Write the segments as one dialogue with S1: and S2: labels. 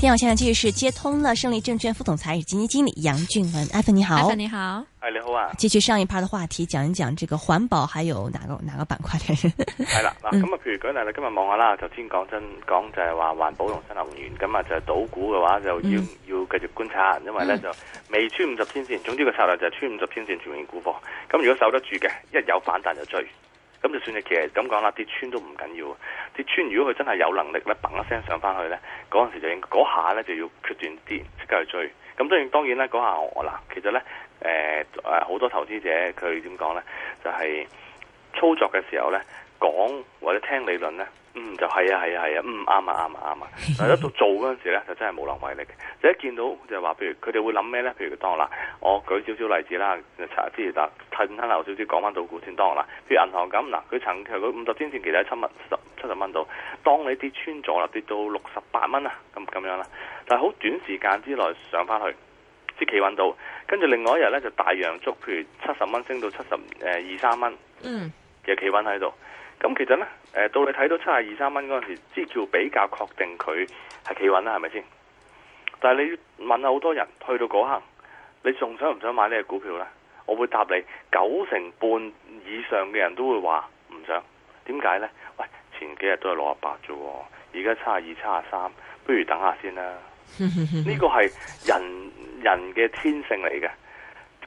S1: 听友现在继续是接通了胜利证券副总裁与基金经理杨俊文，艾芬你好，
S2: 艾芬你好，
S3: 哎你好啊，
S1: 继续上一 part 的话题，讲一讲这个环保还有哪个哪个板块嚟？
S3: 係啦，嗱咁啊，譬如舉例啦，今日望下啦，頭先講真講就係話環保同新能源，咁啊就係賭股嘅話就要、
S1: 嗯
S3: 要繼續觀察，因為咧就未穿五十天線，總之個策略就係穿五十天線全面沽貨。咁啊如果守得住嘅，一呃有反彈就追。咁就算你其實咁講啦，跌穿都唔緊要，跌穿如果佢真係有能力咧，砰一聲上翻去咧，嗰陣時就應嗰下咧就要決斷啲，即刻去追。咁當然當然啦，嗰下我嗱，其實咧誒誒好多投資者佢點講咧，就係、操作嘅時候咧，講或者聽理論咧，嗯就係啊係啊係啊，嗯啱啊啱啊啱啊。但係一到做嗰陣時咧，就真係無能為力嘅。就一見到就係話，譬如佢哋會諗咩咧？譬如當啦，我舉少少例子啦，查之前嗱，褪翻後少少講翻到股先當啦。譬如銀行咁嗱，佢曾佢五十天線其實喺七蚊十七十蚊度，當你跌穿咗啦，跌到六十八蚊啊，咁咁樣啦，但係好短時間之內上翻去。即企穩到，跟住另外一日咧就大陽燭，譬如七十蚊升到七十誒二三蚊，
S1: 嗯，
S3: 嘅企穩喺度。咁其實呢，誒到你睇到七廿二三蚊嗰陣時，支叫比較確定佢係企穩啦，係咪先？但係你問下好多人，去到嗰刻，你仲想唔想買呢隻股票呢？我會答你，九成半以上嘅人都會話唔想。點解呢？喂，前幾日都係六十八啫喎，而家七廿二、七廿三，不如等下先啦。呢個係人人嘅天性嚟嘅，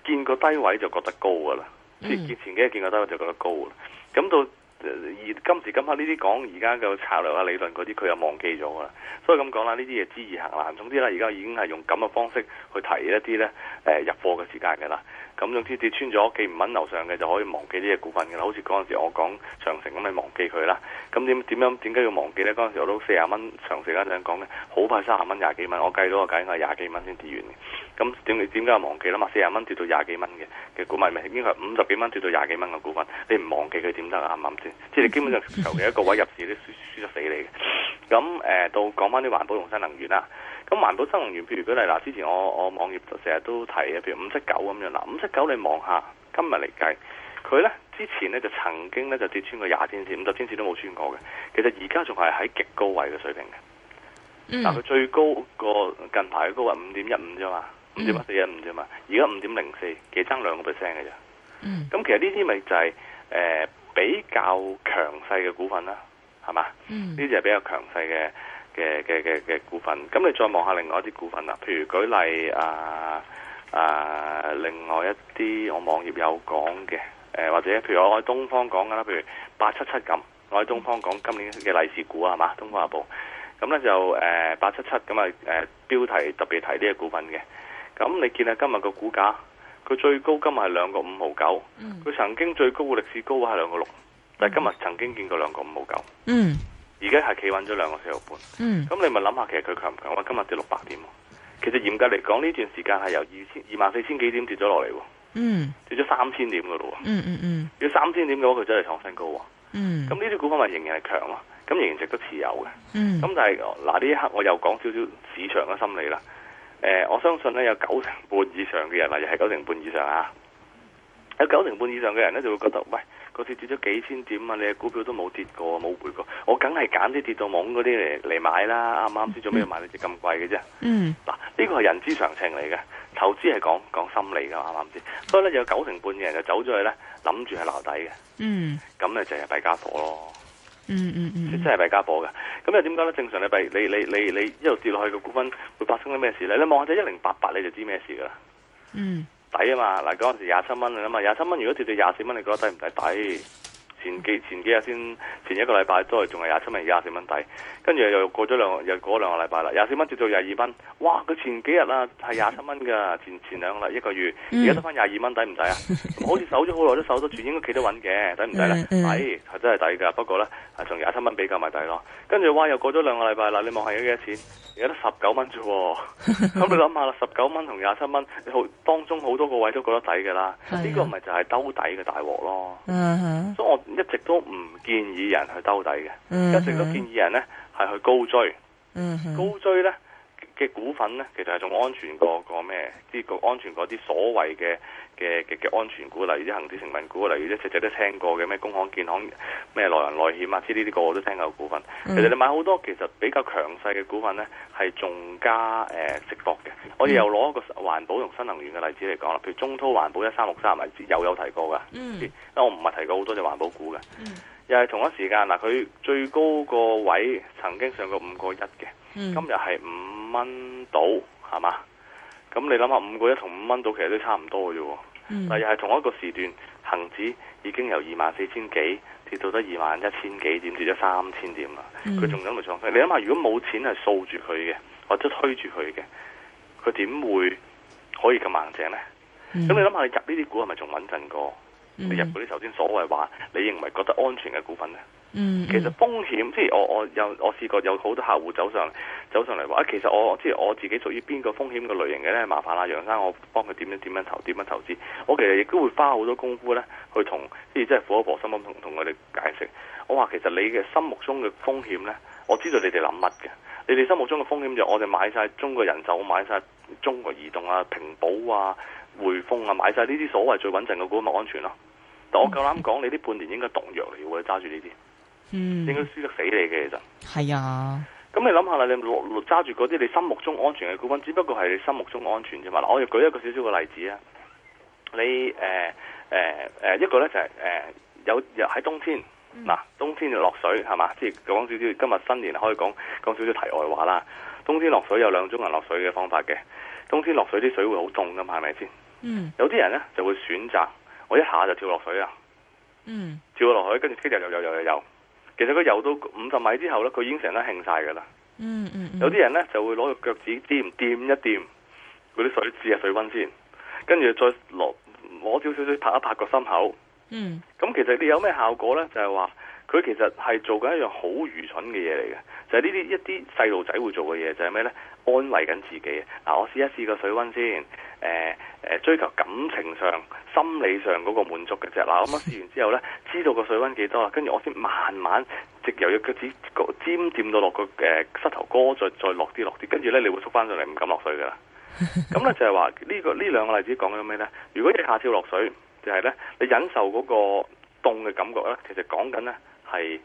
S3: 見過低位就覺得高噶啦，即係前幾日見過低位就覺得高啦。咁到呃而今時今刻呢啲講而家嘅策略啊、理論嗰啲，佢又忘記咗啦。所以咁講啦，呢啲嘢知易行難。總之咧，而家已經係用咁嘅方式去提一啲咧誒入貨嘅時間㗎啦。咁總之跌穿咗企唔穩樓上嘅就可以忘記呢隻股份㗎啦。好似嗰陣時我講長城咁，你忘記佢啦。咁點點樣點解要忘記呢？嗰陣時我都四十蚊長城嗰陣講咧，好快三十蚊廿幾蚊，我計到個計係廿幾蚊先跌完嘅。咁點點解我忘記啦嘛？四十蚊跌到廿幾蚊嘅嘅股份，咪應該係五十幾蚊跌到廿幾蚊嘅股份，你唔忘記佢點得啊？啱唔啱先？即係你基本上求其一個位入市，都輸輸得死你嘅。咁誒、呃到講翻啲環保同新能源啦。咁環保新能源，譬如舉例嗱，之前我我網頁就成日都提嘅，譬如五七九咁樣啦，五七九你望下今日嚟計，佢呢之前呢就曾經呢就跌穿過廿天線，五十天線都冇穿過嘅。其實而家仲係喺極高位嘅水平嘅。
S2: 嗯
S3: 嗱，佢最高個近排嘅高位五點一五啫嘛，
S2: 嗯
S3: 五點一四一五啫嘛，而家五點零四，其實爭兩個 percent 嘅啫。
S2: 嗯
S3: 咁其實呢啲咪就係、呃比較強勢嘅股份啦，係嘛？
S2: 嗯
S3: 呢只係比較強勢嘅嘅嘅嘅嘅股份。咁你再望下另外一啲股份啦，譬如舉例啊啊，另外一啲我網頁有講嘅，誒、或者譬如我喺東方講噶啦，譬如八七七咁，我喺東方講今年嘅利是股啊係嘛，東方日報。咁咧就誒八七七咁啊誒標題特別提呢個股份嘅。咁你見下今日個股價，佢最高今日係兩個五毫九，
S2: 嗯
S3: 佢曾經最高嘅歷史高位係兩個六，但係今日曾經見過兩個五毫九。
S1: 嗯
S3: 而家係企穩咗兩個四毫半，
S1: 嗯
S3: 咁你咪諗下，其實佢強唔強？哇！今日跌六百點喎，其實嚴格嚟講，呢段時間係由二千二萬四千幾點跌咗落嚟喎，
S1: 嗯
S3: 跌咗三千點噶咯喎。
S1: 嗯嗯嗯
S3: 如果三千點嘅話，佢真係創新高喎。
S1: 嗯
S3: 咁呢啲股份咪仍然係強咯，咁仍然值得持有嘅。
S1: 嗯
S3: 咁但係嗱，呢一刻我又講少少市場嘅心理啦。誒、我相信咧有九成半以上嘅人啊，又係九成半以上啊，有九成半以上嘅人咧就會覺得，喂，嗰次跌咗幾千點啊，你嘅股票都冇跌過，冇回過，我梗係揀啲跌到懵嗰啲嚟嚟買啦，啱啱先做咩要買呢隻咁貴嘅啫？
S1: 嗯
S3: 嗱，呢個係人之常情嚟嘅，投資係講講心理㗎，啱唔啱先？所以咧有九成半嘅人就走咗去咧，諗住係撈底嘅，
S1: 嗯
S3: 咁咪就係弊家伙咯。
S1: 嗯嗯
S3: 即
S1: 嗯
S3: 真係弊家伙嘅。咁又點解咧？正常你幣你你你你一路跌落去個股份會發生啲咩事咧？你望下隻一零八八你就知咩事噶啦，
S1: 嗯
S3: 抵啊嘛！嗱嗰陣時廿七蚊啊嘛，廿七蚊如果跌到廿四蚊，你覺得抵唔抵？抵？前幾前幾日先前一個禮拜都係仲係廿七蚊，廿四蚊抵，跟住又過咗兩又過咗兩個禮拜啦，廿四蚊跌到廿二蚊，哇！佢前幾日啊係廿七蚊㗎，前前兩個禮一個月，
S1: 嗯
S3: 而家得翻廿二蚊，抵唔抵啊？好似守咗好耐都守得住，應該企得穩嘅，抵唔抵咧？
S1: 嗯嗯
S3: 抵係真係抵㗎，不過咧啊仲廿七蚊比較咪抵咯。跟住哇，又過咗兩個禮拜啦，你望下而家幾多錢？而家得十九蚊啫喎，咁你諗下啦，十九蚊同廿七蚊，你好當中好多個位都覺得抵㗎啦，
S1: 係啊
S3: 呢個咪就係兜底嘅大鑊咯。
S1: 嗯
S3: 所以我一直都唔建議人去兜底嘅，
S1: 嗯
S3: 一直都建議人呢係去高追，
S1: 嗯哼
S3: 高追呢嘅股份呢，其實係仲安全過個咩？啲個安全過啲所謂嘅嘅嘅嘅安全股，例如啲恒指成分股，例如啲隻隻都聽過嘅咩工行、建行、咩內銀內險啊，知呢啲個個都聽過嘅股份。
S1: 嗯
S3: 其實你買好多其實比較強勢嘅股份呢，係仲加誒值博嘅。我哋又攞一個環保同新能源嘅例子嚟講啦，譬如中滔環保一三六三例子，又有提過㗎。
S1: 嗯
S3: 因為我唔係提過好多隻環保股嘅，
S1: 嗯
S3: 又係同一時間嗱，佢最高個位曾經上過五個一嘅，今
S1: 嗯
S3: 日係五蚊到，係嘛？咁你諗下五個一同五蚊到其實都差唔多嘅啫喎，
S1: 嗯
S3: 但又係同一個時段，恒指已經由二萬四千幾跌到得二萬一千幾點，跌咗三千點啦。
S1: 嗯
S3: 佢仲諗嚟創新，你諗下，如果冇錢係掃住佢嘅，或者推住佢嘅，佢點會可以咁硬淨呢？咁你諗下，你入呢啲股係咪仲穩陣過？
S1: 嗯
S3: 你入嗰啲頭先所謂話，你認為覺得安全嘅股份呢？
S1: 嗯
S3: 其實風險，即係我我有我試過有好多客戶走上走上嚟話，啊其實我即係我自己屬於邊個風險嘅類型嘅呢？麻煩啦，楊生，我幫佢點樣點樣投點樣投資。我其實亦都會花好多功夫呢，去同即係真係苦口婆心咁同同佢哋解釋。我話其實你嘅心目中嘅風險呢，我知道你哋諗乜嘅。你哋心目中嘅風險就我哋買晒中國人壽，買晒中國移動啊、平保啊、匯豐啊，買晒呢啲所謂最穩陣嘅股咪安全咯。但我夠膽講，你呢半年應該毒藥嚟嘅喎，你揸住呢啲。應該
S2: 嗯，
S3: 輸得死你嘅其實。
S2: 系啊，
S3: 咁你諗下啦，你落落揸住嗰啲你心目中安全嘅股份，只不過係你心目中安全啫嘛。嗱，我又舉一個少少嘅例子啊。你誒誒誒一個咧就係、誒、有有喺冬天嗱、冬天就落水係嘛？即係講少少，今日新年可以講講少少題外話啦。冬天落水有兩種人落水嘅方法嘅。冬天落水啲水會好凍㗎嘛，係咪先？
S2: 嗯
S3: 有啲人咧就會選擇我一下就跳落水啊。
S2: 嗯
S3: 跳咗落去，跟住即日游游游游游。其實佢游到五十米之後呢，佢已經成身興晒㗎啦。
S2: 嗯嗯，
S3: 有啲人呢，就會攞個腳趾掂掂一掂嗰啲水，試下水温先，跟住再攞攞少少水拍一拍個心口。
S2: 嗯
S3: 咁其實你有咩效果呢？就係話佢其實係做緊一樣好愚蠢嘅嘢嚟嘅，就係呢啲一啲細路仔會做嘅嘢，就係咩呢？安慰緊自己。嗱，我試一試個水温先。誒、誒，追求感情上、心理上嗰個滿足嘅啫。嗱，咁我試完之後呢，知道個水温幾多啦，跟住我先慢慢直由隻腳趾個尖掂到落個誒、呃膝頭哥，再再落啲落啲，跟住呢，你會縮翻上嚟，唔敢落水噶啦。咁咧就係話呢個呢兩個例子講緊咩呢？如果你下跳落水，就係呢，你忍受嗰個凍嘅感覺呢，其實講緊呢係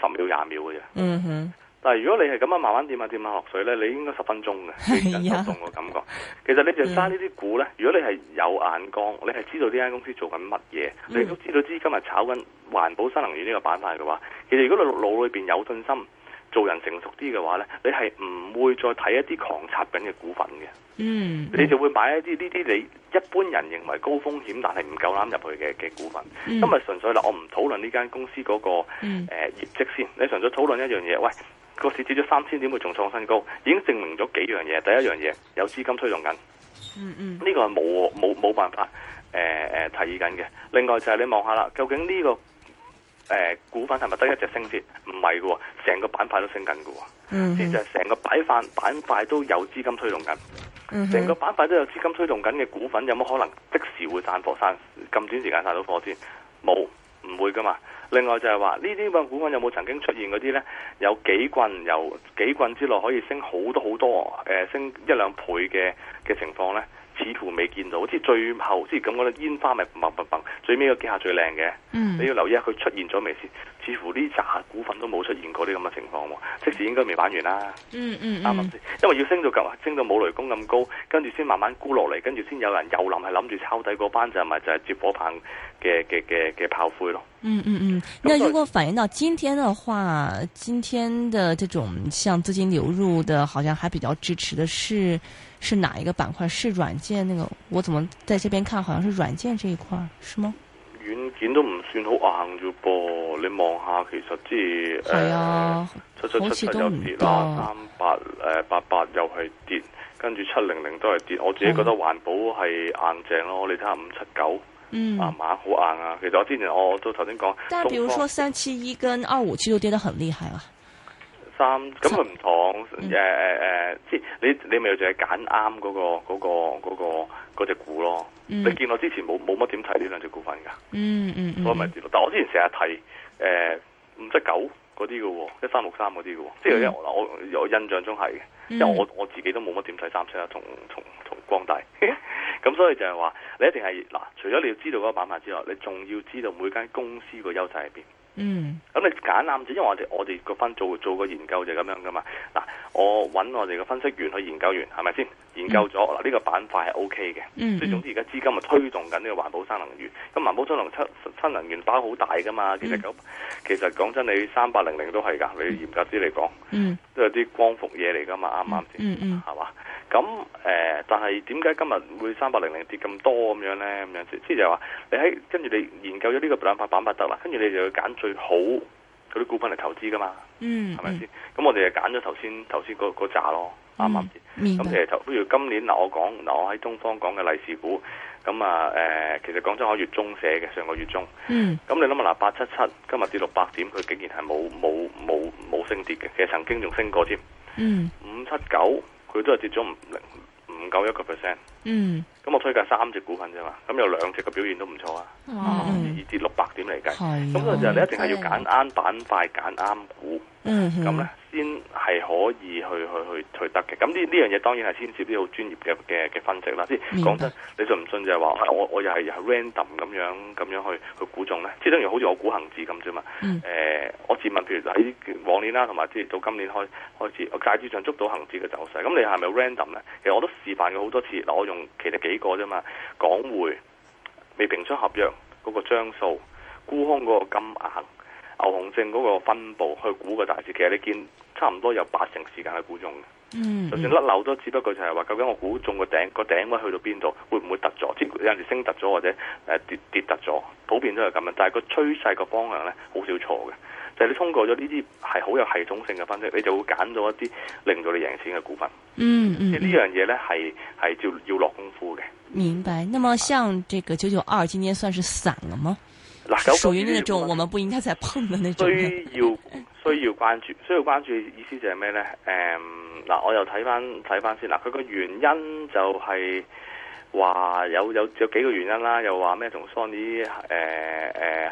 S3: 十秒廿秒嘅啫。
S2: 嗯哼，
S3: 但係如果你係咁樣慢慢掂下掂下落水呢，你應該十分鐘嘅，你忍受凍個感覺。其實你就揸呢啲股呢，如果你係有眼光，你係知道呢間公司做緊乜嘢，
S2: 嗯
S3: 你都知道資金係炒緊環保新能源呢個板塊嘅話，其實如果你腦裏邊有信心，做人成熟啲嘅話呢，你係唔會再睇一啲狂插緊嘅股份嘅。
S2: 嗯，
S3: 你就會買一啲呢啲你一般人認為高風險但係唔夠膽入去嘅嘅股份。
S2: 嗯
S3: 今日純粹啦，我唔討論呢間公司嗰、個誒、
S2: 嗯
S3: 呃、業績先，你純粹討論一樣嘢，喂。個市跌咗三千點，佢仲創新高，已經證明咗幾樣嘢。第一樣嘢有資金推動緊，呢、
S2: 嗯嗯
S3: 個係冇冇冇辦法誒誒、呃提議緊嘅。另外就係你望下啦，究竟呢、個誒、呃股份係咪得一隻升先？唔係嘅喎，成個板塊都升緊嘅喎，
S2: 嗯
S3: 即係就係成個板塊板塊都有資金推動緊。
S2: 嗯
S3: 成個板塊都有資金推動緊嘅股份，有冇可能即時會散貨散咁短時間散到貨先？冇，唔會噶嘛。另外就係話呢啲咁嘅股份有冇曾經出現嗰啲呢？有幾棍由幾棍之內可以升好多好多，誒、升一兩倍嘅嘅情況呢？似乎未見到。即係最後，即係咁講咧，煙花咪砰砰砰，最尾嗰幾下最靚嘅。
S2: 嗯
S3: 你要留意下佢出現咗未先。似乎呢扎股份都冇出現過啲咁嘅情況喎，即使應該未玩完啦。
S2: 嗯嗯
S3: 啱唔啱
S2: 嗯
S3: 先？因為要升到咁，升到冇雷公咁高，跟住先慢慢沽落嚟，跟住先有人又諗係諗住抄底嗰班就係咪就係接火棒嘅嘅嘅嘅炮灰咯？
S2: 嗯嗯嗯。那如果反映到今天的话，今天的这种像资金流入的，好像还比较支持的是是哪一个板块？是软件那个？我怎么在这边看好像是软件这一块儿，是吗？
S3: 軟件都唔算好硬啫噃，你望下其實即係呃
S2: 係啊，
S3: 七七七
S2: 好
S3: 七
S2: 似
S3: 又
S2: 都唔
S3: 跌
S2: 多
S3: 啦，三八誒八八又係跌，跟住七零零都係跌。我自己覺得環保係硬淨咯，你睇下五七九
S2: 嗯。
S3: 啊馬好硬啊。其實我之前我都頭先講，
S2: 但比如
S3: 東方
S2: 啊说三七一跟二五七就跌得很厉害了。
S3: 三咁佢唔同
S2: 嗯
S3: 誒誒誒，即係你你咪就係揀啱嗰個嗰、個嗰、個嗰隻股咯。
S2: 嗯
S3: 你見我之前冇冇乜點睇呢兩隻股份㗎，
S2: 嗯嗯嗯，
S3: 所以咪跌咯。但我之前成日睇誒五七九嗰啲嘅喎，一三六三嗰啲嘅喎，即係有
S2: 嗯
S3: 啲我我我我印象中係嘅，因為我我自己都冇乜點睇三七一同同同光大， 咁所以就係話你一定係嗱，除咗你要知道嗰個板塊之外，你仲要知道每間公司個優勢喺邊。
S2: 嗯
S3: 咁你揀啱咗，因為我哋我哋個分做做個研究就係咁樣噶嘛。嗱，我揾我哋個分析員去研究員，係咪先？研究咗嗱呢個板塊係 O K 嘅，
S2: 嗯，
S3: 所以總之而家資金咪啊推動緊呢個環保新能源。咁環保新能新新能源包好大噶嘛，其實
S2: 嗯
S3: 咁、其實講真，你三八零零都係㗎，你嚴格啲嚟講，
S2: 嗯
S3: 都有啲光伏嘢嚟㗎嘛，啱唔啱先？
S2: 嗯嗯
S3: 係嘛？咁誒、呃但係點解今日會三百零零跌咁多咁樣咧？咁樣即即係話你喺跟住你研究咗呢個兩塊板塊得啦，跟住你就要揀最好嗰啲股份嚟投資噶嘛，
S2: 嗯，嗯
S3: 係咪先？咁、我哋就揀咗頭先頭先嗰嗰扎咯，啱唔啱先？
S2: 明
S3: 咁其
S2: 白，
S3: 實就不如今年嗱，我講嗱，我喺東方講嘅利是股，咁啊誒，其實講真，我月中寫嘅上個月中，
S2: 嗯
S3: 咁你諗下嗱，八七七今日跌六百點，佢竟然係冇冇冇冇升跌嘅，其實曾經仲升過添。
S2: 嗯
S3: 五七九，佢都係跌咗唔零唔夠一個 percent。
S2: 嗯，
S3: 咁我推介三隻股份啫嘛，咁有兩隻嘅表現都唔錯啊，
S1: 哇
S2: 嗯
S3: 以跌六百點嚟計。
S2: 係，
S3: 咁所以就係你一定係要揀啱板塊、揀啱股，
S2: 嗯
S3: 咁咧先係可以去去去去得嘅。咁呢呢樣嘢當然係牽涉啲好專業嘅嘅嘅分析啦。即係
S2: 明
S3: 講
S2: 白
S3: 真，你信唔信就係話啊我我又係又係 random 咁樣咁樣去去估中咧？即係等於好似我估恒指咁啫嘛。
S2: 嗯
S3: 誒、我自問，譬如喺往年啦，同埋即係到今年開開始，我大致上捉到恒指嘅走勢。咁你係咪 random 咧？其實我都示範過好多次。嗱，我用其實幾個啫嘛，港匯未平出合約嗰、個張數，沽空嗰個金額，牛熊證嗰個分佈去估個大市。其實你見差唔多有八成時間係估中嘅。
S2: 嗯
S3: 就算甩漏都，只不過就係話究竟我估中個頂個頂位去到邊度，會唔會突咗？即係有陣時升突咗或者誒、呃跌跌突咗，普遍都係咁樣。但係個趨勢個方向咧，好少錯嘅。就係、你通過咗呢啲係好有系統性嘅分析，你就會揀到一啲令到你贏錢嘅股份。
S2: 嗯
S3: 即係呢
S2: 嗯，
S3: 樣嘢咧係係要要落功夫嘅。
S2: 明白。那么像这个九九二，今天算是散了吗？
S3: 嗱，
S2: 是
S3: 九
S2: 属
S3: 九
S2: 于那
S3: 呢
S2: 种我们不应该再碰的那种的。
S3: 需要需要關注，需要關注嘅意思就係咩呢？誒、嗱，我又睇翻睇翻先嗱，佢個原因就係話有有有幾個原因啦，又話咩同 Sony 誒、誒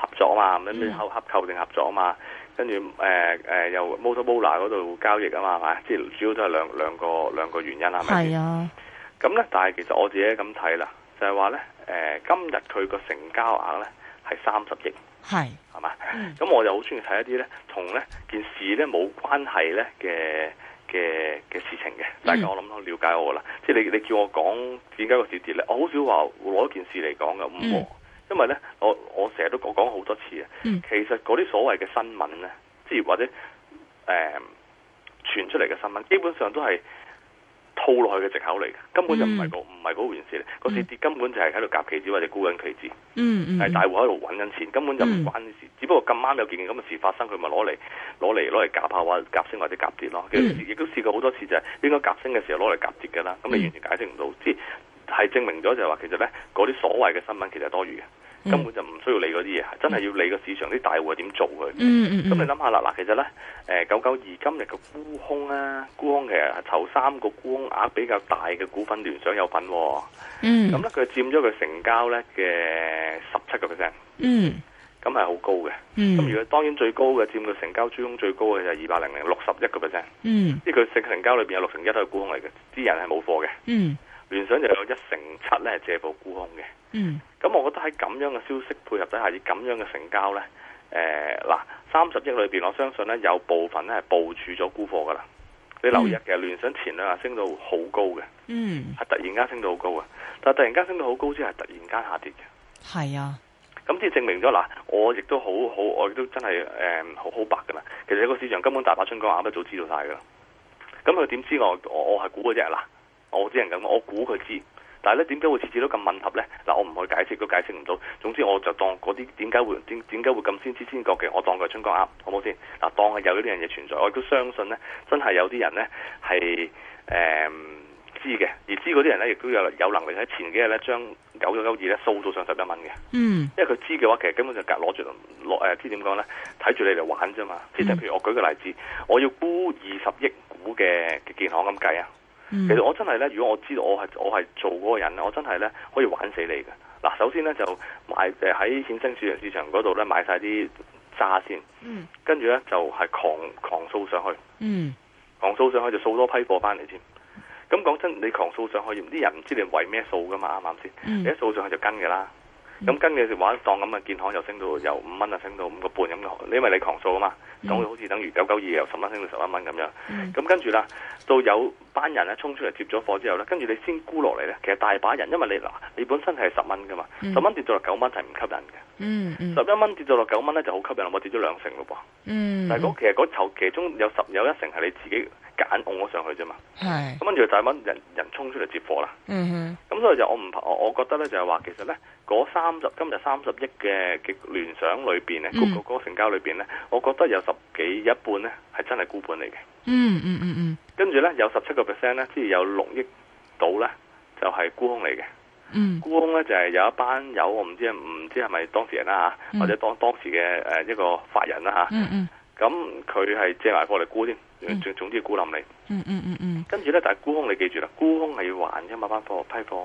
S3: 合作啊嘛，咁
S2: 嗯
S3: 你合合購定合作啊嘛，跟住誒誒又 Motorola 嗰度交易啊嘛，係咪？即係主要都係兩兩個兩個原因啦，係咪先
S2: 係啊，
S3: 咁咧，但係其實我自己咁睇啦，就係話呢，誒、今日佢個成交額呢係三十億。
S2: 係，
S3: 係嘛
S2: 嗯？
S3: 咁我就好中意睇一啲咧同咧件事咧冇關係咧嘅嘅嘅事情嘅。
S2: 嗯
S3: 大家我諗都了解我啦，即係你你叫我講點解個市跌咧，我好少話攞一件事嚟講嘅，唔
S2: 嗯
S3: 喎因為咧我我成日都講講好多次啊。
S2: 嗯
S3: 其實嗰啲所謂嘅新聞咧，即係或者誒、傳出嚟嘅新聞，基本上都係。套落去嘅藉口嚟嘅，根本就唔係個唔係嗰回事嚟。個市跌根本就係喺度夾期指或者沽緊期指。
S2: 嗯嗯，
S3: 係哎大戶喺度揾緊錢，根本就唔關事。只不過咁啱有件咁嘅事發生，佢咪攞嚟攞嚟攞嚟夾下或者夾升或者夾跌
S2: 嗯
S3: 咯。其實亦都試過好多次，就係應該夾升嘅時候攞嚟夾跌㗎
S2: 嗯
S3: 啦。咁你完全解釋唔到，即係係證明咗就係話其實呢嗰啲所謂嘅新聞其實係多餘
S2: 嗯
S3: 嘅，根本就唔需要理嗰啲嘢，係真係要理個市場啲大戶係點做佢。
S2: 嗯嗯嗯，
S3: 咁你諗下啦，嗱，其實咧，誒九九二今日嘅沽空啊，沽空其實係頭三個沽空額比較大嘅股份聯想有份喎、
S2: 嗯
S3: 咁咧佢佔咗佢成交咧嘅十七個 percent，
S2: 嗯
S3: 咁係好高嘅。
S2: 嗯，
S3: 咁如果當然最高嘅佔佢成交追空最高嘅就係二百零零六十一個 percent，
S2: 嗯
S3: 即係佢成成交裏邊有六成一都係沽空嚟嘅，啲人係冇貨嘅。
S2: 嗯
S3: 聯想就有一成七咧係借報沽空嘅。
S2: 嗯
S3: 咁我覺得喺咁樣嘅消息配合底下，以咁樣嘅成交咧，誒嗱三十億裏邊，我相信咧有部分咧係部署咗沽貨噶啦。你留意下其實聯想前兩日升到好高嘅，
S2: 嗯，
S3: 係突然間升到好高嘅，啊但係突然間升到好高之後係突然間下跌嘅。
S2: 係啊，
S3: 咁即係證明咗嗱，我亦都好好，我亦都真係誒、嗯好好白㗎啦。其實個市場根本大把春江鴨一早知道晒㗎啦。咁佢點知我我我係估嗰隻嗱？我只能咁講，我估佢知。但係咧，點解會次次都咁吻合咧？嗱，我唔去解釋都解釋唔到。總之我就當嗰啲點解會點點解會咁先知先覺嘅，我當佢係春江鴨，好唔好先？嗱，當係有呢樣嘢存在，我亦都相信咧，真係有啲人咧係誒知嘅，而知嗰啲人咧亦都有有能力喺前幾日咧將九九九二咧掃到上十一蚊嘅，
S2: 嗯
S3: 因為佢知嘅話，其實根本就隔攞住攞誒，知點講咧，睇住你嚟玩啫嘛。其實譬如我舉個例子，我要沽二十億股嘅嘅建行咁計啊，
S2: 嗯
S3: 其實我真係咧，如果我知道我係我係做嗰個人咧，我真係咧可以玩死你嘅。嗱，首先咧就買誒喺衍生市場市場嗰度咧買晒啲渣先，
S2: 嗯
S3: 跟住咧就係、狂狂掃上去。
S2: 嗯
S3: 狂掃上去就掃多批貨翻嚟先。咁講真，你狂掃上去，啲人唔知你為咩掃噶嘛？啱唔啱先？你一
S2: 嗯
S3: 掃上去就跟噶啦。
S2: 嗯
S3: 咁跟嘅就玩當咁啊，建行又升到由五蚊啊，升到五個半咁嘅，因為你狂掃啊嘛，
S2: 嗯
S3: 等於好似等於九九二由十蚊升到十一蚊咁樣。
S2: 嗯
S3: 咁跟住啦，到有班人咧衝出嚟接咗貨之後咧，跟住你先沽落嚟咧，其實大把人，因為你嗱，你本身係十蚊噶嘛，
S2: 嗯
S3: 十蚊跌到落九蚊係唔吸引
S2: 嗯嗯
S3: 嘅，十一蚊跌到落九蚊咧就好吸引，我跌咗兩成咯噃。
S2: 嗯，
S3: 但係嗰其實嗰頭其中有十有一成係你自己揀拱咗上去啫嘛。
S2: 係
S3: 咁跟住就係揾人人衝出嚟接貨啦。
S2: 嗯哼
S3: 咁所以就我唔我我覺得咧就係話其實咧嗰三十今日三十億嘅嘅聯想裏邊咧，
S2: 嗯
S3: 嗰個嗰個成交裏邊咧，我覺得有十幾一半咧係真係沽本嚟嘅。
S2: 嗯嗯嗯嗯
S3: 跟住咧有十七個 percent 咧，即係有六億到咧就係、沽空嚟嘅。
S2: 嗯
S3: 沽空咧就係、有一班友，我唔知唔知係咪當事人啦嚇，
S2: 嗯
S3: 或者當當時嘅誒一個法人啦啊嚇。
S2: 嗯嗯
S3: 咁佢係借埋貨嚟沽添
S2: 嗯，
S3: 總總之沽冧你。
S2: 嗯嗯嗯嗯
S3: 跟住咧，但係沽空你記住啦，沽空係要還啫嘛，班貨批貨。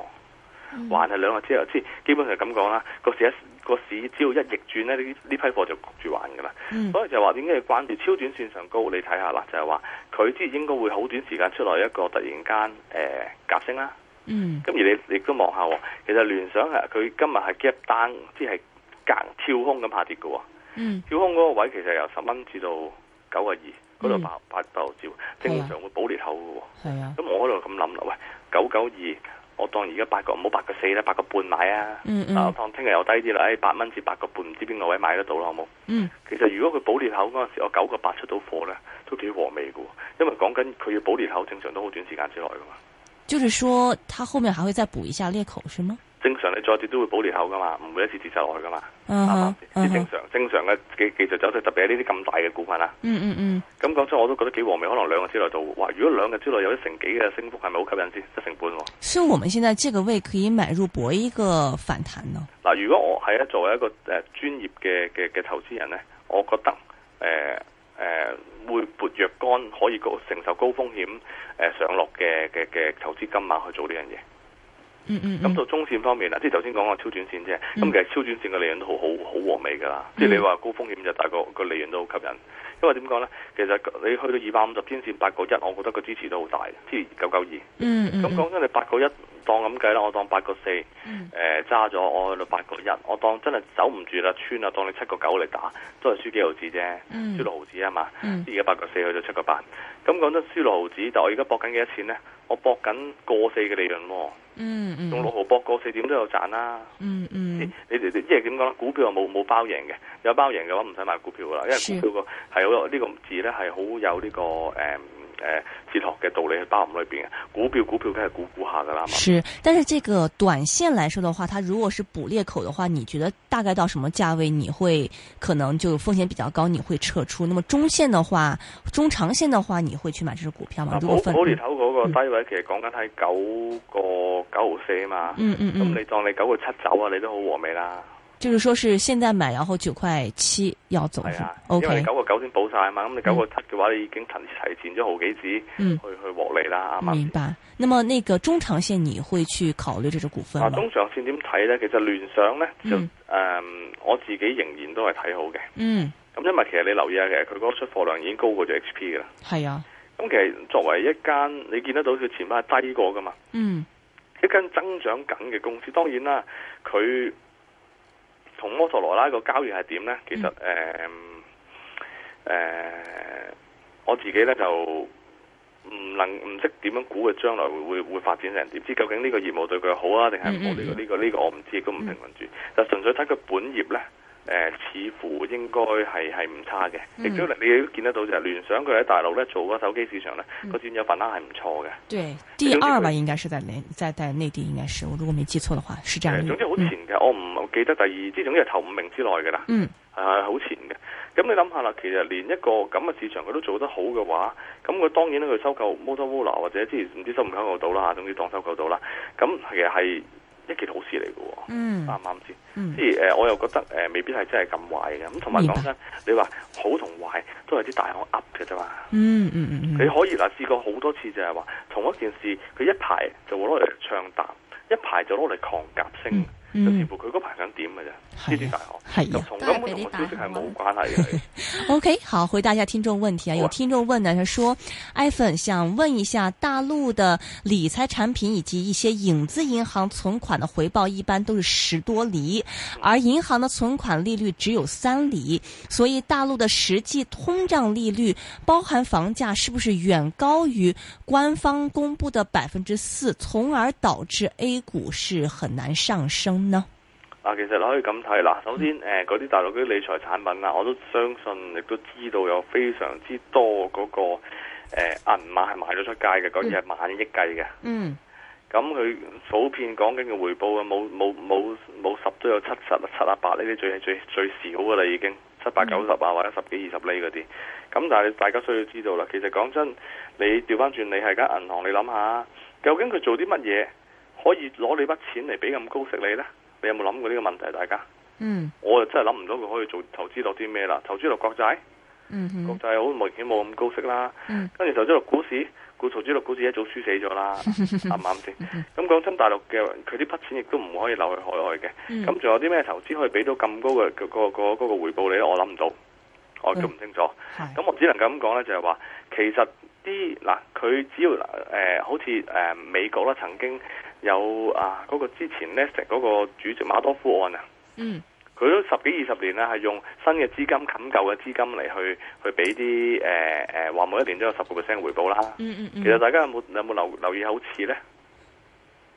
S2: 嗯
S3: 還係兩日之後，即係基本上咁講啦。個市一個市只要一逆轉咧，呢呢批貨就焗住還㗎啦。
S2: 嗯
S3: 所以就話點解要關注超短線上高？你睇下啦，就係話佢之前應該會好短時間出來一個突然間誒、呃、夾升啦。
S2: 嗯
S3: 咁而你亦都望下喎，其實聯想係佢今日係 gap down，即係隔跳空咁下跌嘅喎。
S2: 嗯
S3: 跳空嗰個位其實由十蚊至到九個二嗰度
S2: 嗯
S3: 八八度照，正常會補裂口嘅喎。
S2: 係啊
S3: 咁我喺度咁諗啦，喂，九九二，我當而家八個，唔好八個四啦，八個半買啊。
S2: 嗯
S3: 啊，我
S2: 嗯
S3: 當聽日又低啲啦，誒八蚊至八個半，唔知邊個位買得到啦，好冇？
S2: 嗯
S3: 其實如果佢補裂口嗰陣時，我九個八出到貨咧，都幾和味嘅喎，因為講緊佢要補裂口，正常都好短時間之內噶嘛。
S2: 就是说它後面還會再補一下裂口是嗎？
S3: 正常你再跌都會補裂口噶嘛，唔會一次跌晒落去噶嘛，
S2: 嗯
S3: 啱唔啱
S2: 哼
S3: 先？
S2: 嗯
S3: 即係正
S2: 哼
S3: 常正常嘅技技術走勢，特別係呢啲咁大嘅股份啊啦。
S2: 嗯嗯嗯
S3: 咁講真，我都覺得幾和味，可能兩個之內到。哇！如果兩個之內有一成幾嘅升幅，係咪好吸引先？一成半喎。
S2: 所以我們現在這個位可以買入搏一個反彈呢？
S3: 嗱，如果我係咧作為一個誒、呃、專業嘅嘅嘅投資人咧，我覺得誒誒、呃呃、會撥若干可以高承受高風險誒、呃上落嘅嘅嘅投資金額去做呢樣嘢。
S2: 嗯嗯
S3: 咁到中線方面啦，即係頭先講個超短線啫。咁、
S2: 嗯
S3: 其實超短線嘅利潤都好好好和味㗎啦。即係你話高風險就大過個利潤都好吸引，因為點講咧？其實你去到二百五十天線八個一，我覺得個支持都好大，支持九九二。
S2: 嗯嗯
S3: 咁講真，你八個一當咁計啦，我當八個四，
S2: 嗯
S3: 誒揸咗我去到八個一，我當真係走唔住啦，穿啊啦，當你七個九嚟打，都係輸幾毫子啫，
S2: 嗯
S3: 輸六毫子啊嘛，
S2: 嗯
S3: 而家八個四去到七個八，咁講真輸六毫子，但我而家搏緊幾多錢呢？我搏緊過四嘅利潤喎，
S2: 嗯嗯
S3: 用六毫搏過四點都有賺啦。
S2: 嗯嗯
S3: 你哋即係點講咧？股票又冇冇包贏嘅，有包贏嘅話唔使買股票噶啦，因為
S2: 是
S3: 股票個係好有呢個字咧係好有呢、個誒誒、哲學嘅道理去包含裏邊嘅。股票股票梗係估估下噶啦嘛。
S2: 是，但是這個短線來說的話，它如果是補裂口的話，你觉得大概到什么价位你会可能就风险比较高，你会撤出？那么中线的话，中长线的话，你会去买这只股票吗？
S3: 嗱，
S2: 如
S3: 保
S2: 果分，
S3: 保利頭嗰
S2: 嗯
S3: 個低位其實講緊喺九個九毫四啊嘛。
S2: 嗯嗯
S3: 咁
S2: 嗯，
S3: 你當你九個七走啊，你都好和味啦，
S2: 就是說是現在買，然後九塊七要走
S3: 係
S2: 是
S3: 啊
S2: 吧，
S3: 因為
S2: ？OK，
S3: 你九個九先補晒啊嘛，咁你九個七嘅話，你已經提提前咗毫幾子去
S2: 嗯，
S3: 去獲利啦，啱唔啱
S2: 明
S3: 先？
S2: 白。那么那個中長線你會去考慮這只股份
S3: 啊，
S2: 嗎？
S3: 中長線點睇咧？其實聯想咧就誒
S2: 嗯、
S3: 我自己仍然都係睇好嘅。
S2: 嗯，
S3: 咁因為其實你留意下，啊其實佢嗰個出貨量已經高過咗 HP 噶啦。
S2: 係啊，
S3: 咁其實作為一間你見得到佢前排係低過噶嘛，
S2: 嗯
S3: 一間增長緊嘅公司，當然啦，佢同摩托羅拉個交易係點呢？其實誒誒、
S2: 嗯
S3: 我自己呢就唔能唔識點樣估佢將來會會會發展成點，知究竟呢個業務對佢好啊，定係唔好
S2: 嗯嗯嗯
S3: 呢個呢、個呢、個我唔知，亦都唔評論住。就純粹睇佢本業呢，誒、似乎應該係係唔差嘅，
S2: 嗯
S3: 亦都你都見得到就係聯想佢喺大陸呢做嗰手機市場呢，
S2: 嗯
S3: 個佔有份額係唔錯嘅。
S2: 對，第二吧，應該是在內，在在內地應該是，我如果沒記錯的話，是這樣
S3: 誒
S2: 的。
S3: 總之好前
S2: 嗯
S3: 嘅，我唔記得第二，即係總之係頭五名之內嘅啦，啊
S2: 嗯
S3: 係好前嘅。咁咁你諗下啦，其實連一個咁嘅市場佢都做得好嘅話，咁佢當然咧佢收購 Motorola 或者之前唔知收唔收購到啦，總之當收購到啦。咁其實係一件好事嚟嘅喎。
S4: 嗯
S3: 啱唔啱先？
S4: 嗯
S3: 即係誒，我又覺得誒、呃未必係真係咁壞嘅。咁同埋
S4: 明白
S3: 講真，你話好同壞都係啲大行噏嘅啫嘛。
S4: 嗯嗯
S3: 你
S4: 嗯
S3: 可以嗱試過好多次就係話，同一件事佢一排就會攞嚟唱淡，一排就攞嚟狂夾升，
S4: 嗯
S3: 就視乎佢嗰排想點嘅啫。呢
S4: 係
S3: 啲
S4: 啊
S3: 大行。
S4: 嗯，係
S3: 咁
S4: 呀。
S3: 同根本同個消息係冇關係嘅。
S2: OK，好，回答一下听众问题啊。
S3: 好啊
S2: 有听众问呢，他说，iPhone 想问一下，大陆的理财产品以及一些影子银行存款的回报一般都是十多
S3: 嗯
S2: 厘，而银行的存款利率只有三厘，所以大陆的实际通胀利率包含房价是不是远高于官方公布的百分之四，从而导致 A 股是很难上升呢？
S3: 嗱，啊其實你可以咁睇啦。首先，誒嗰啲大陸嗰啲理財產品啊，我都相信亦都知道有非常之多嗰、個誒銀碼係賣咗出街嘅，嗰啲係萬億計嘅。
S4: 嗯
S3: 咁佢普遍講緊嘅回報啊，冇冇冇冇十都有七十啊、七啊八呢啲最最最少噶啦，已經七八九十啊，或者十幾二十厘嗰啲。咁但係大家需要知道啦，其實講真，你調翻轉你係間銀行，你諗下，究竟佢做啲乜嘢可以攞你筆錢嚟俾咁高息你呢？你有冇諗過呢個問題？大家，
S4: 嗯
S3: 我就真係諗唔到佢可以做投資落啲咩啦。投資落國債，
S4: 嗯
S3: 國
S4: 哼，
S3: 債好明顯冇咁高息啦。
S4: 嗯
S3: 跟住投資落股市，股投資落股市一早輸死咗 啦，啱唔啱先？
S4: 嗯
S3: 咁講真，大陸嘅佢啲筆錢亦都唔可以流去海外嘅。
S4: 嗯
S3: 咁仲有啲咩投資可以俾到咁高嘅嗰個嗰個嗰個回報你咧？我諗唔到，我亦都唔清楚。
S4: 係
S3: 咁我只能夠咁講咧，就係話其實啲嗱，佢只要誒、呃好似誒、呃美國啦，曾經有啊嗰、個之前咧成嗰個主席馬多夫案啊。
S4: 嗯
S3: 佢都十幾二十年啦，係用新嘅資金冚舊嘅資金嚟去去俾啲誒誒話每一年都有十個 percent 回報啦。
S4: 嗯嗯嗯，
S3: 其實大家有冇有冇留留意好似呢？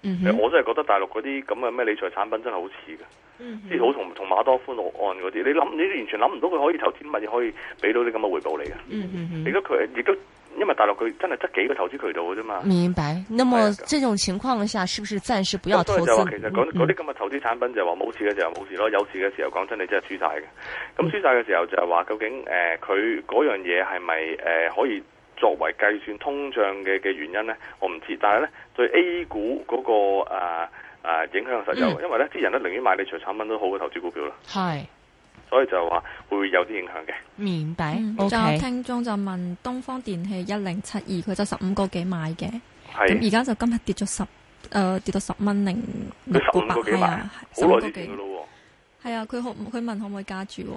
S4: 嗯
S3: 誒
S4: 哼
S3: 我真係覺得大陸嗰啲咁嘅咩理財產品真係好似嘅，
S4: 嗯
S3: 即係好同同馬多夫案嗰啲，你諗你完全諗唔到佢可以投資乜嘢可以俾到啲咁嘅回報你嘅。
S4: 嗯嗯嗯
S3: 亦都佢亦都因為大陸佢真係得幾個投資渠道嘅啫嘛。
S4: 明白。那么
S3: 哎
S4: 这种情况下，是不是暂
S5: 嗯
S4: 时不要
S3: 所
S4: 投
S3: 以
S4: 资
S3: 就話啊其實
S2: 嗯
S3: 嗰嗰啲咁嘅投資產品就話冇事嘅就係冇事咯，有事嘅時候講真你真係輸晒嘅。咁輸晒嘅時候就係話究竟誒佢嗰樣嘢係咪誒可以作為計算通脹嘅嘅原因咧？我唔知，但係咧對
S5: 嗯
S3: A 股嗰、個誒、啊啊影響實有，因為咧啲人都寧願買理財產品都好過投資股票啦，
S4: 嗨，
S3: 所以就話會有啲影響嘅。
S4: 明白
S5: 嗯，仲有
S4: ，OK，
S5: 聽眾就問東方電器一零七二，佢就十五個幾買嘅，咁
S3: 係
S5: 而家就今日跌咗十，誒跌到十蚊零六
S3: 佢十
S5: 個
S3: 五
S5: 八，
S3: 個幾
S5: 係
S3: 買
S5: 啊，，十
S3: 好
S5: 五
S3: 耐
S5: 個
S3: 之前
S5: 幾
S3: 嘅，咯喎。
S5: 係啊，佢可佢問可唔可以加注喎？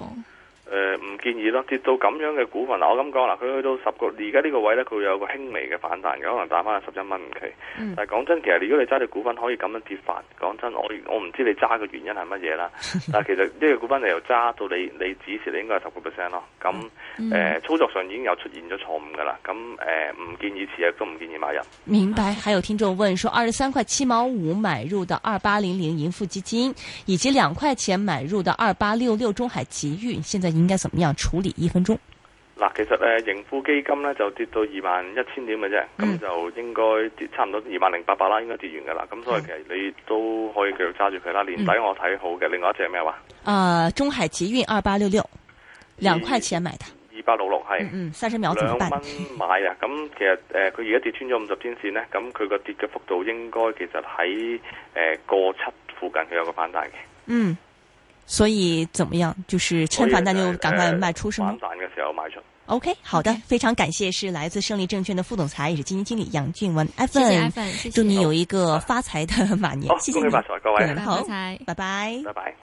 S3: 誒、呃唔建議咯，跌到咁樣嘅股份，嗱我咁講啦，佢去到十個，而家呢個位呢，佢會有個輕微嘅反彈嘅，可能打翻十一蚊唔奇。
S4: 嗯
S3: 但係講真，其實如果你揸隻股份可以咁樣跌法，講真，我我唔知你揸嘅原因係乜 嘢啦。但係其實呢個股份你由揸到你你指示，你應該係十個 percent 咯。咁誒、
S5: 嗯
S3: 操作上已經有出現咗錯誤㗎啦。咁誒呃唔建議持有，亦都唔建議買入。
S2: 明白。还有听众问说，二十三块七毛五买入的二八零零盈富基金，以及两块钱买入的二八六六中海集运，现在应该怎么样处理？一分钟。
S3: 嗱，其實誒盈富基金咧就跌到二萬一千點嘅啫，咁、
S4: 嗯
S3: 就應該跌差唔多二萬零八百啦，應該跌完㗎啦。咁
S2: 嗯
S3: 所以其實你都可以繼續揸住佢啦。年底我睇好嘅，另外一隻係咩話？
S2: 呃，中海集运二八六六，两块钱买的。
S3: 二八六六係
S2: 嗯嗯，三十秒怎么
S3: 兩
S2: 办？
S3: 蚊買啊！咁其實誒佢而家跌穿咗五十天線咧，咁佢個跌嘅幅度應該其實喺誒過七附近，佢有個反彈嘅。
S2: 嗯，所以怎么样？就是趁反弹就赶
S3: 呃
S2: 快卖出是吗
S3: 所以就係誒反彈嘅時候賣出。
S2: ？OK，好的，非常感谢是来自胜利证券的副总裁也是基金经理杨俊文
S5: 謝謝
S2: Evan，
S5: iPhone，謝謝
S2: 祝你有一个发财的马年
S3: 好，，
S2: 谢谢
S3: 恭
S2: 你
S3: 喜，發財各位，
S2: 嗯
S5: 拜拜
S2: 好
S5: 拜拜
S2: 拜拜。
S3: 拜拜。